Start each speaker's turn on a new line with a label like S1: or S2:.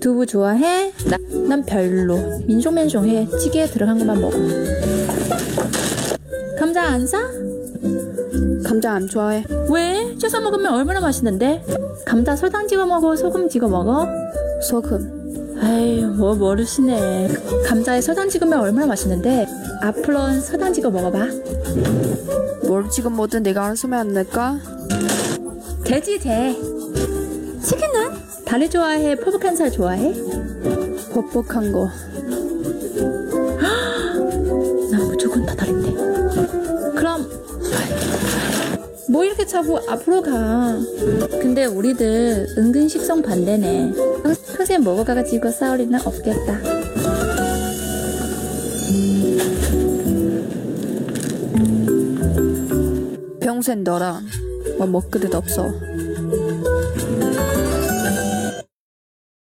S1: 두부 좋아해? 나, 난 별로. 민송민송해. 찌개에 들어간 것만 먹어. 감자 안 사?
S2: 감자 안 좋아해.
S1: 왜? 채소 먹으면 얼마나 맛있는데? 감자 설탕 찍어 먹어, 소금 찍어 먹어?
S2: 소금.
S1: 에이, 뭐 모르시네. 감자에 설탕 찍으면 얼마나 맛있는데? 앞으로는 설탕 찍어 먹어봐.
S2: 뭘 지금 뭐든 내가 알아서 하면 안 될까?
S1: 돼지 돼. 치킨은? 다리 좋아해? 포복한 살 좋아해?
S2: 뻑뻑한 거.
S1: 난 무조건 다다른데. 그럼 뭐 이렇게 차고 앞으로 가. 근데 우리들 은근 식성 반대네. 평- 평생 먹어가지고 싸울 일은 없겠다.
S2: 평생 너랑 뭐 먹그릇 없어.